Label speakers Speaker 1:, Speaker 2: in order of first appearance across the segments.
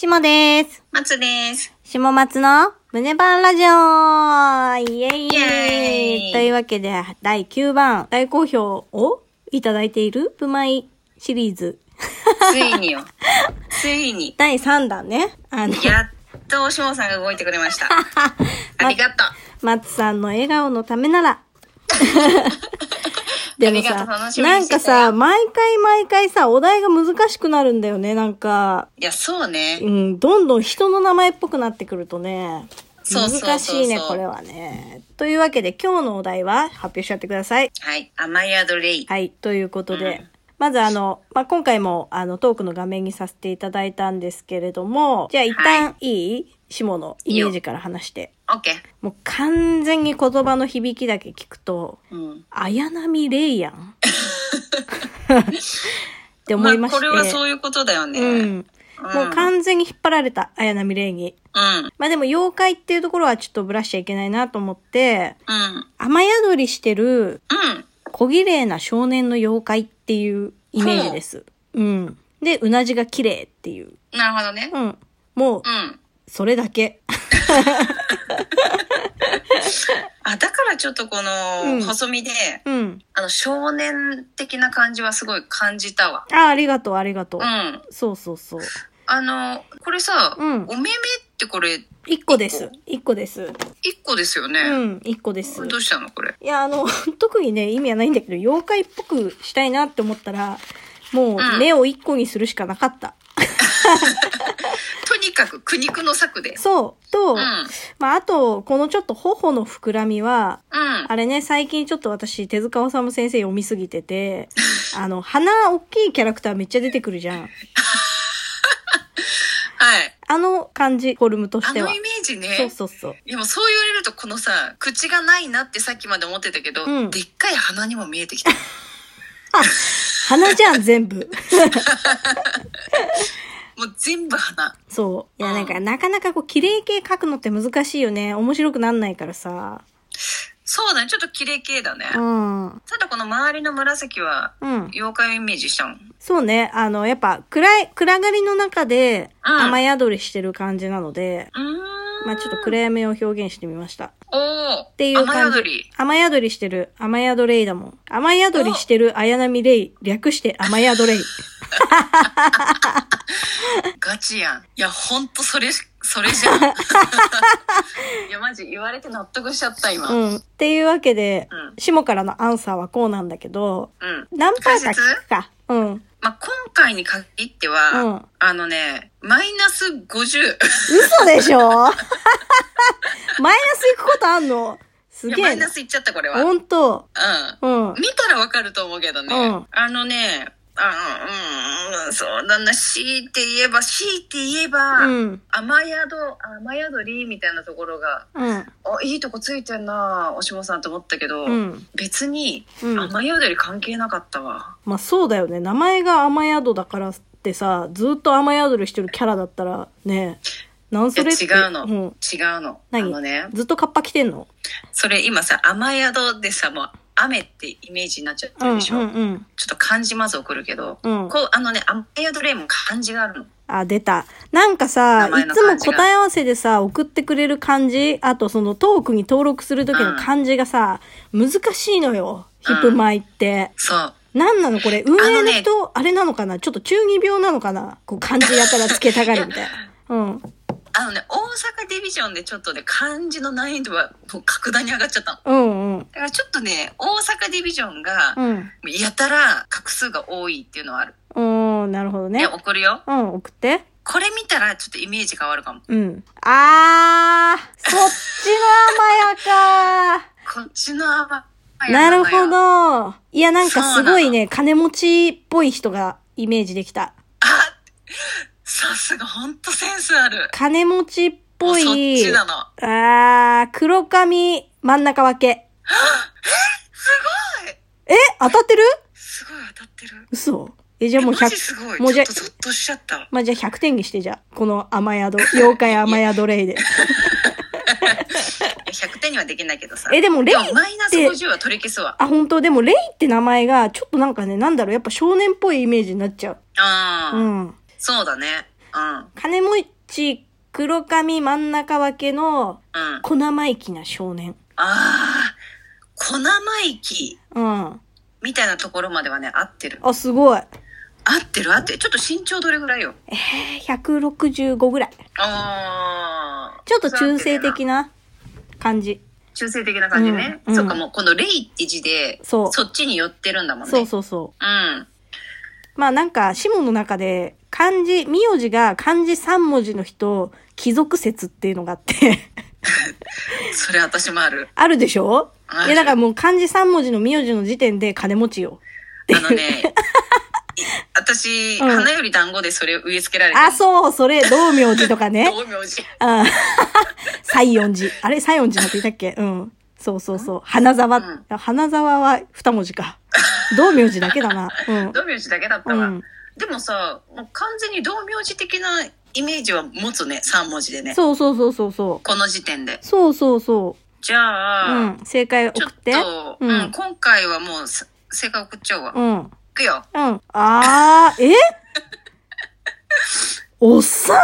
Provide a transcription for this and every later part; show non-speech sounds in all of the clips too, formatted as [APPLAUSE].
Speaker 1: しもです。
Speaker 2: 松です。
Speaker 1: しもまつの胸バンラジオイエイ
Speaker 2: イエイ
Speaker 1: というわけで、第9番、大好評をいただいている、ぶまいシリーズ。
Speaker 2: ついによ。ついに。
Speaker 1: 第3弾ね。あの、
Speaker 2: やっとおしもさんが動いてくれ
Speaker 1: [LAUGHS]
Speaker 2: ました。ありがとう。
Speaker 1: 松さんの笑顔のためな
Speaker 2: [LAUGHS]
Speaker 1: ら。でもさ
Speaker 2: ありがとう楽、しみ
Speaker 1: な
Speaker 2: に
Speaker 1: ん
Speaker 2: してたよ
Speaker 1: かさ、毎回毎回さ、お題が難しくなるんだよね、なんか。
Speaker 2: いや、そうね。
Speaker 1: うん、どんどん人の名前っぽくなってくるとね、
Speaker 2: そうそうそうそう
Speaker 1: 難しいね、これはね。というわけで、今日のお題は発表しちゃってください。
Speaker 2: はい。アマヤドレイ。
Speaker 1: はい、ということで、
Speaker 2: うん
Speaker 1: まずあの、まあ、今回もあのトークの画面にさせていただいたんですけれども、じゃあ一旦いい下のイメージから話して。
Speaker 2: オッケー。
Speaker 1: もう完全に言葉の響きだけ聞くと、
Speaker 2: うん。
Speaker 1: 綾波レイやん。
Speaker 2: [LAUGHS]
Speaker 1: って思いまして。
Speaker 2: これはそういうことだよね。
Speaker 1: う
Speaker 2: うん。
Speaker 1: ん。もう完全に引っ張られた、綾波レイに。
Speaker 2: うん。
Speaker 1: まあでも妖怪っていうところはちょっとぶらしちゃいけないなと思って、
Speaker 2: うん。
Speaker 1: 雨宿りしてる
Speaker 2: うん。
Speaker 1: 小綺麗な少年の妖怪っていうイメージです。うん。で、うなじが綺麗っていう。
Speaker 2: なるほどね。
Speaker 1: うん。もう
Speaker 2: う、ん。
Speaker 1: それだけ。 [LAUGHS]
Speaker 2: あ、だからちょっとこ
Speaker 1: うん
Speaker 2: の、細身で、
Speaker 1: うん。
Speaker 2: あの、少年的な感じはすごい感じたわ。
Speaker 1: あ、ありがとう、ありがとう
Speaker 2: う。ん。
Speaker 1: そうそうそう。
Speaker 2: あの、これさ、
Speaker 1: うん
Speaker 2: お目目ってこれ、
Speaker 1: 一個です。一個です。
Speaker 2: 一個ですよ
Speaker 1: う
Speaker 2: ね。
Speaker 1: ん、一個です。
Speaker 2: どうしたのこれ。
Speaker 1: いや、あの、 [LAUGHS] 特にね、意味はないんだけど、妖怪っぽくしたいなって思ったら、も
Speaker 2: う
Speaker 1: うん目を一個にするしかなかった。
Speaker 2: とにかく苦肉の策で。
Speaker 1: そう。と、
Speaker 2: うん。
Speaker 1: まあ、あと、このちょっと頬の膨らみは、
Speaker 2: うん。
Speaker 1: あれね、最近ちょっと私、手塚治虫先生読みすぎてて、
Speaker 2: [LAUGHS]
Speaker 1: あの、鼻大きいキャラクターめっちゃ出てくるじゃん。
Speaker 2: はい。
Speaker 1: あの感じ、フォルムとし
Speaker 2: あ
Speaker 1: ては
Speaker 2: のイ。メージね。
Speaker 1: そうそうそう。
Speaker 2: でもそう言われるとこのさ、口がないなってさっきまで思ってたけど、
Speaker 1: うん
Speaker 2: でっかい鼻にも見えてき
Speaker 1: [LAUGHS]
Speaker 2: た。
Speaker 1: あ、鼻じゃん、全
Speaker 2: [LAUGHS]
Speaker 1: 部。
Speaker 2: もう全部鼻。
Speaker 1: そう。いや、なんか、なかなかこう、綺麗系描くのって難しいよね。面白くなんないからさ。
Speaker 2: そうだね、ちょっと綺麗系だね。
Speaker 1: うん。う
Speaker 2: ただこの周りの紫は、
Speaker 1: ん。
Speaker 2: 妖怪をイメージしたの。
Speaker 1: そうね。あの、やっぱ、暗い、暗がりの中で、
Speaker 2: うん
Speaker 1: 雨宿りしてる感じなので、
Speaker 2: うーん。
Speaker 1: まあちょっと暗闇を表現してみました。
Speaker 2: おー。っ
Speaker 1: っていう感
Speaker 2: 雨
Speaker 1: じ
Speaker 2: 宿り。。
Speaker 1: 雨宿りしてる。雨宿レイだもん。雨宿りしてる綾波レイ。略して雨宿
Speaker 2: [LAUGHS]
Speaker 1: レイ。
Speaker 2: ガチやん。いや、ほんとそれし、それ
Speaker 1: [LAUGHS]
Speaker 2: じゃん。いや、マジ言われて納得しちゃった、今。
Speaker 1: う
Speaker 2: うん。
Speaker 1: ん。っていうわけで
Speaker 2: うん、
Speaker 1: 下からのアンサーはこうなんだけど、何パーか聞くか。うん。うん。
Speaker 2: まあ、今回に限っては、
Speaker 1: 嘘
Speaker 2: あのね、マイナス50。
Speaker 1: でしょマイナ [LAUGHS] ス行くことあんのす
Speaker 2: いや
Speaker 1: げ
Speaker 2: マ
Speaker 1: え
Speaker 2: イ
Speaker 1: な
Speaker 2: ナ。スいっちゃった、これは。
Speaker 1: ほんと。
Speaker 2: う
Speaker 1: うん
Speaker 2: ん。。見たらわかると思うけどね。
Speaker 1: うん
Speaker 2: あのね、あの、うん、そうだな、強いて言えば、強いて言えば、
Speaker 1: うん。
Speaker 2: 雨宿、雨宿りみたいなところが、
Speaker 1: うん。
Speaker 2: あ、いいとこついてんな、おしもさんと思ったけど、
Speaker 1: うん。
Speaker 2: 別に、
Speaker 1: うん。
Speaker 2: 雨宿り関係なかったわ。
Speaker 1: まあそうだよね。名前が雨宿だからってさ、ずっと雨宿りしてるキャラだったら、ね、なんそれって。
Speaker 2: いや違うの
Speaker 1: ん。
Speaker 2: 違うの。あ
Speaker 1: 何
Speaker 2: のね、
Speaker 1: ずっとカッパ着てんの
Speaker 2: それ今さ、雨宿でさ、もう雨ってイメージになっちゃっ
Speaker 1: う
Speaker 2: て
Speaker 1: ん
Speaker 2: る
Speaker 1: う
Speaker 2: でしょ、
Speaker 1: ん
Speaker 2: ちょっと漢字まず送るけど、
Speaker 1: うん。うん。
Speaker 2: こう、あのね、雨宿りも漢字があるの。
Speaker 1: あ、出た。なんかさ、
Speaker 2: 名
Speaker 1: い
Speaker 2: 前の
Speaker 1: つも
Speaker 2: 感じが
Speaker 1: 答え合わせでさ、送ってくれる漢字、あとそのトークに登録する時の漢字がさ、難しいのよ。ヒ
Speaker 2: うん
Speaker 1: ップマイって。
Speaker 2: そう。
Speaker 1: なんなのこれ、運営
Speaker 2: あ
Speaker 1: の
Speaker 2: のね
Speaker 1: 人、あれなのかなちょっと中二病なのかなこう漢字やたらつけたがるみたいな。うん。
Speaker 2: あのね、大阪ディビジョンでちょっとね、漢字の難易度はもう格段に上がっちゃったの。だ
Speaker 1: うんうん。
Speaker 2: からちょっとね、大阪ディビジョンが、
Speaker 1: うん。
Speaker 2: やたら画数が多いっていうのはある。
Speaker 1: おー、なるほど
Speaker 2: ね、
Speaker 1: ね。
Speaker 2: 送るよ。
Speaker 1: うん、送って。
Speaker 2: これ見たらちょっとイメージ変わるかも。
Speaker 1: うん。あー、そっちの甘やかー。
Speaker 2: こっちの甘い
Speaker 1: なるほ
Speaker 2: 甘いよ。
Speaker 1: ど。いや、なんかすごいね、金持ちっぽい人がイメージできた。
Speaker 2: あさすが、ほんとセンスある。
Speaker 1: 金持ちっぽ
Speaker 2: そっ
Speaker 1: い
Speaker 2: ち、なの。
Speaker 1: あー、黒髪、真ん中分け。え、当たってる
Speaker 2: すごい当たってる。
Speaker 1: 嘘。え、じ
Speaker 2: い
Speaker 1: ゃあもう
Speaker 2: マジ
Speaker 1: 100、
Speaker 2: すごい。
Speaker 1: もうじ
Speaker 2: ち
Speaker 1: ゃ
Speaker 2: ょ
Speaker 1: あ
Speaker 2: っとゾッとしちゃった。
Speaker 1: まあ、じゃあ100点にしてじゃあ、この雨宿、妖怪雨宿レイで。
Speaker 2: 100点にはできないけどさ。
Speaker 1: え、でもレイ
Speaker 2: でもマイナス50は取り消すわ。
Speaker 1: あ、本当でもレイって名前が、ちょっとなんかね、なんだろう、やっぱ少年っぽいイメージになっちゃう。
Speaker 2: ああ、
Speaker 1: うん。
Speaker 2: そうだね。うん。
Speaker 1: 金持ち、黒髪、真ん中分けの、
Speaker 2: うん。
Speaker 1: 小生意気な少年。
Speaker 2: あー、小生意気
Speaker 1: うん。あ、
Speaker 2: みたいなところまではね、合ってる。
Speaker 1: すごい。
Speaker 2: 合ってる合ってる。ちょっと身長どれぐらいよ。
Speaker 1: えー、165ぐらい。
Speaker 2: あー。
Speaker 1: ちょっと中性的な感じ。
Speaker 2: 中性的な感じね。
Speaker 1: うんうん
Speaker 2: そっか、もうこのレイって字で、
Speaker 1: そう
Speaker 2: そっちに寄ってるんだもんね。
Speaker 1: そうそうそう。
Speaker 2: うん。
Speaker 1: まあなんか、シモの中で、漢字、名字が漢字3文字の人、貴族説っていうのがあって、 [LAUGHS]
Speaker 2: それ私もある。
Speaker 1: あるでしょ
Speaker 2: ある
Speaker 1: いやだからもう漢字3文字の名字の時点で金持ちよ。
Speaker 2: あのね、い私、
Speaker 1: うん
Speaker 2: 花より団子でそれを植え付けられた。
Speaker 1: あ、そう、それ、道明寺とかね。
Speaker 2: 道明寺。
Speaker 1: あ西園寺。あれ西園寺なんて言ったっけうん。そうそうそう。花沢。
Speaker 2: う
Speaker 1: 花沢は二文字か。道明寺だけだな。うん。
Speaker 2: 道明寺だけだった
Speaker 1: う
Speaker 2: わ。
Speaker 1: ん。
Speaker 2: でもさ、もう完全に道明寺的なイメージは持つね、3文字でね。
Speaker 1: そうそうそうそうそう。
Speaker 2: この時点で。
Speaker 1: そうそうそ
Speaker 2: じゃ
Speaker 1: う。
Speaker 2: あ、
Speaker 1: うん。正解送
Speaker 2: ちょっ
Speaker 1: って。
Speaker 2: と、
Speaker 1: う
Speaker 2: うんん、今回はもうさ正解送っちゃうわ。
Speaker 1: う
Speaker 2: い
Speaker 1: ん。
Speaker 2: くよ。
Speaker 1: うん。あー、えおっさん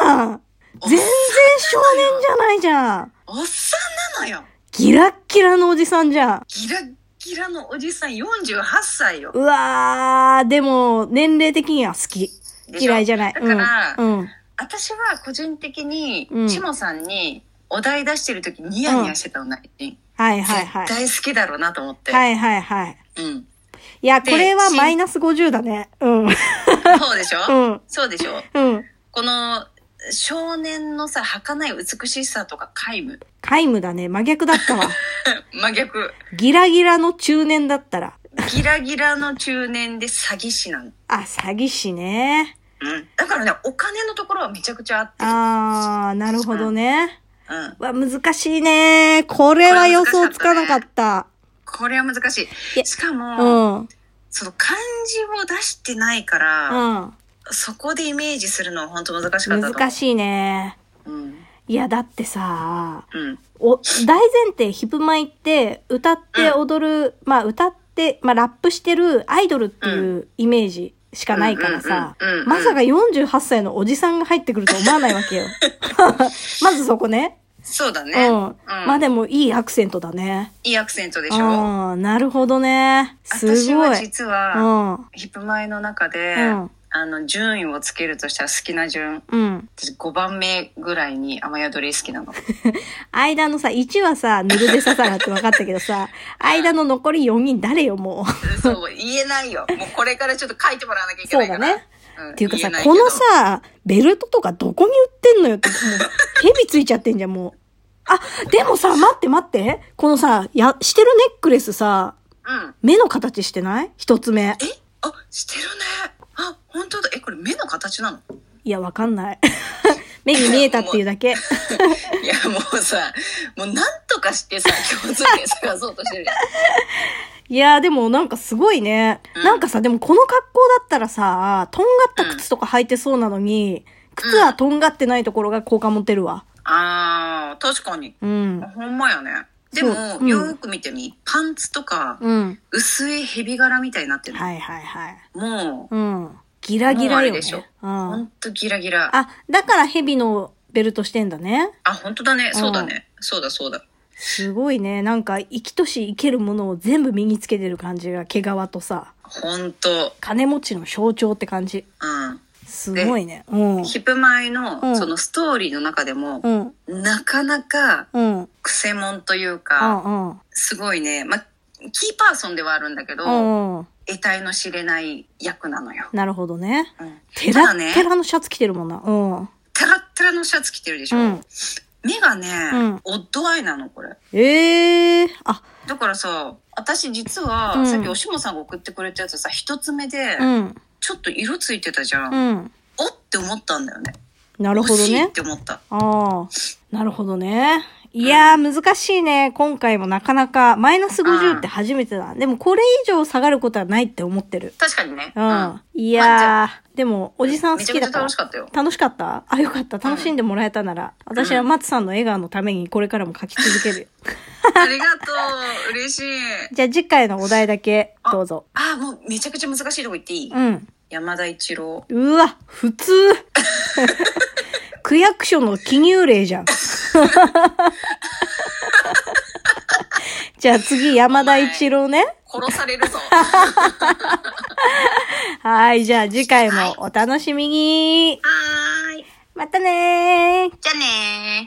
Speaker 1: じゃん
Speaker 2: おっさん
Speaker 1: 全然少年じゃないじゃん
Speaker 2: おっさんなのよ。
Speaker 1: ギラッギラのおじさんじゃん
Speaker 2: ギラッギラのおじさん48歳よ。
Speaker 1: うわー、でも、年齢的には好き。
Speaker 2: でしょ
Speaker 1: 嫌いじゃない。
Speaker 2: だから、
Speaker 1: うん。うん。
Speaker 2: 私は個人的に
Speaker 1: うん、
Speaker 2: しもさんにお題出してる時ニヤニヤしてたの、ない絶
Speaker 1: はいはいはい。
Speaker 2: 対好きだろうなと思って。
Speaker 1: はいはいはい。
Speaker 2: うん。
Speaker 1: いや、こ
Speaker 2: で
Speaker 1: れは
Speaker 2: し
Speaker 1: マイナス50だね。うん。うん。
Speaker 2: そうでしょ、
Speaker 1: うん。
Speaker 2: そうでしょ
Speaker 1: うん。
Speaker 2: この、少年のさ、儚い美しさとか皆無。
Speaker 1: 皆無だね。真逆だった
Speaker 2: [LAUGHS]
Speaker 1: わ。
Speaker 2: 真逆。
Speaker 1: ギラギラの中年だったら。
Speaker 2: ギラギラの中年で詐欺師なの。
Speaker 1: あ、詐欺師ね。
Speaker 2: うん。だからね、お金のところはめちゃくちゃあって
Speaker 1: あー、なるほどね。
Speaker 2: る。うん。
Speaker 1: わ、難しいね。これは予想つかなかった。
Speaker 2: これは難し
Speaker 1: いや
Speaker 2: い。しか
Speaker 1: う
Speaker 2: も、
Speaker 1: ん。うん。
Speaker 2: その漢字を出してないから、そこでイメージするのは本当難しかったと思う。
Speaker 1: 難
Speaker 2: い。
Speaker 1: しいね。
Speaker 2: うん。
Speaker 1: いや、だってさ、
Speaker 2: うん。
Speaker 1: お、大前提、ヒプマイって、歌って踊る、まあ歌って、まあラップしてるアイドルっていうイメージしかないからさ
Speaker 2: うんうんうんうんう、ん
Speaker 1: まさか48歳のおじさんが入ってくると思わないわけよ。
Speaker 2: [LAUGHS]
Speaker 1: まずそこね。
Speaker 2: そうだ
Speaker 1: う
Speaker 2: ね。
Speaker 1: ん。まあでもいいアクセントだね。
Speaker 2: いいアクセントでしょ
Speaker 1: うん、なるほどね。す
Speaker 2: 私
Speaker 1: ご。
Speaker 2: はい実
Speaker 1: う
Speaker 2: は、
Speaker 1: ん。
Speaker 2: ヒップマイの中で、
Speaker 1: うん
Speaker 2: あの、順位をつけるとしたら好きな順、
Speaker 1: うん。
Speaker 2: 私5番目ぐらいに雨宿り好きなの。 [LAUGHS]
Speaker 1: 間のさ、1はさ、ぬるでささがって分かったけど
Speaker 2: [LAUGHS]
Speaker 1: さ、間の残り4人誰よ、もう。
Speaker 2: そう、言えないよ。もうこれからちょっと書いてもらわなきゃいけ
Speaker 1: そ
Speaker 2: な
Speaker 1: う
Speaker 2: いか
Speaker 1: だ
Speaker 2: ら。
Speaker 1: ね。
Speaker 2: ん
Speaker 1: っていうかさ、
Speaker 2: 言えな
Speaker 1: こ
Speaker 2: けど
Speaker 1: のさ、ベルトとかどこに売ってんのよっ
Speaker 2: [LAUGHS]
Speaker 1: て、もう、蛇ついちゃってんじゃん、もう。あ、でもさ、待って待って。このさ、や、してるネックレスさ、
Speaker 2: うん。
Speaker 1: 目の形してない一つ目。
Speaker 2: えあ、してるね。あ、本当だ。え、これ目の形なの [LAUGHS]
Speaker 1: いや、わかんない。 [LAUGHS] 目に見えたっていうだけ。
Speaker 2: [LAUGHS] いや、もうさ、もうなんとかしてさ、共通点探そうとして
Speaker 1: [LAUGHS]
Speaker 2: るじゃん。
Speaker 1: いやーでもなんかすごいね、
Speaker 2: うん
Speaker 1: なんかさ、でもこの格好だったらさ、とんがった靴とか履いてそうなのに、靴はとんがってないところが好感持てるわ。
Speaker 2: あー、確かに。
Speaker 1: うん。
Speaker 2: ほんまよね。でも、
Speaker 1: そううん
Speaker 2: よーく見てみ、パンツとか、
Speaker 1: うん。
Speaker 2: 薄い蛇柄みたいになってる。
Speaker 1: はいはいはい。
Speaker 2: もう、
Speaker 1: うん。ギラギラよ、
Speaker 2: もうあれ
Speaker 1: ね。
Speaker 2: でしょ
Speaker 1: う
Speaker 2: ほん
Speaker 1: ん。
Speaker 2: とギラギラ。あ、
Speaker 1: あ、だからヘビのベルトしてんだね。
Speaker 2: ほんとだね。そうだね。そうだそうだ。
Speaker 1: すごいね。なんか、生きとし生けるものを全部身につけてる感じが、毛皮とさ、
Speaker 2: ほんと。
Speaker 1: 金持ちの象徴って感じ。
Speaker 2: う
Speaker 1: すごいね。うん。うん
Speaker 2: ん。ヒップマイの、
Speaker 1: うん
Speaker 2: そのストーリーの中でも。、
Speaker 1: うん。
Speaker 2: なかなか、
Speaker 1: うん。うん。
Speaker 2: クセモンというか、
Speaker 1: うん。
Speaker 2: すごいね、ま、キーパーソンではあるんだけど、
Speaker 1: うん。
Speaker 2: 得体の知れない役なのよ。
Speaker 1: なるほどね。
Speaker 2: うん、
Speaker 1: テ
Speaker 2: ただ
Speaker 1: ラ
Speaker 2: ね
Speaker 1: ッ、テラのシャツ着てるもんな。うん。
Speaker 2: テラッテラのシャツ着てるでしょ。
Speaker 1: うん
Speaker 2: 目がね、
Speaker 1: うん
Speaker 2: オッドアイなの、これ。
Speaker 1: ええあ、
Speaker 2: だからさ、私実は、
Speaker 1: うん
Speaker 2: さっきおしもさんが送ってくれたやつさ、一つ目で、
Speaker 1: うん。
Speaker 2: ちょっと色ついてたじゃん。
Speaker 1: うん。
Speaker 2: おって思ったんだよね。
Speaker 1: なる
Speaker 2: 欲
Speaker 1: ほど
Speaker 2: しいっ
Speaker 1: ね。
Speaker 2: て思った。
Speaker 1: ああ。なるほどね。いやー、難しいね。今回もなかなか、マイナス50って初めてだ。でも、これ以上下がることはないって思ってる。
Speaker 2: 確かにね。
Speaker 1: うん。い
Speaker 2: まあじゃ
Speaker 1: やー、でも、おじさん好きだから
Speaker 2: めちゃくちゃ楽し。かったよ。
Speaker 1: 楽しかったあ、よかった。楽しんでもらえたなら、私は松さんの笑顔のためにこれからも書き続けるよ。
Speaker 2: ありがとう。嬉しい。
Speaker 1: じゃあ次回のお題だけ、どうぞ。
Speaker 2: あ、もうめちゃくちゃ難しいとこ行っていい、
Speaker 1: うん。
Speaker 2: 山田一郎。
Speaker 1: うわ、普通。 [LAUGHS] 区役所の記入例じゃん。 [LAUGHS] じゃあ次、山田一郎ね。
Speaker 2: 殺される [LAUGHS] ぞ。
Speaker 1: はい、じゃあ次回もお楽しみに。
Speaker 2: はーい。
Speaker 1: またねー。
Speaker 2: じゃあねー。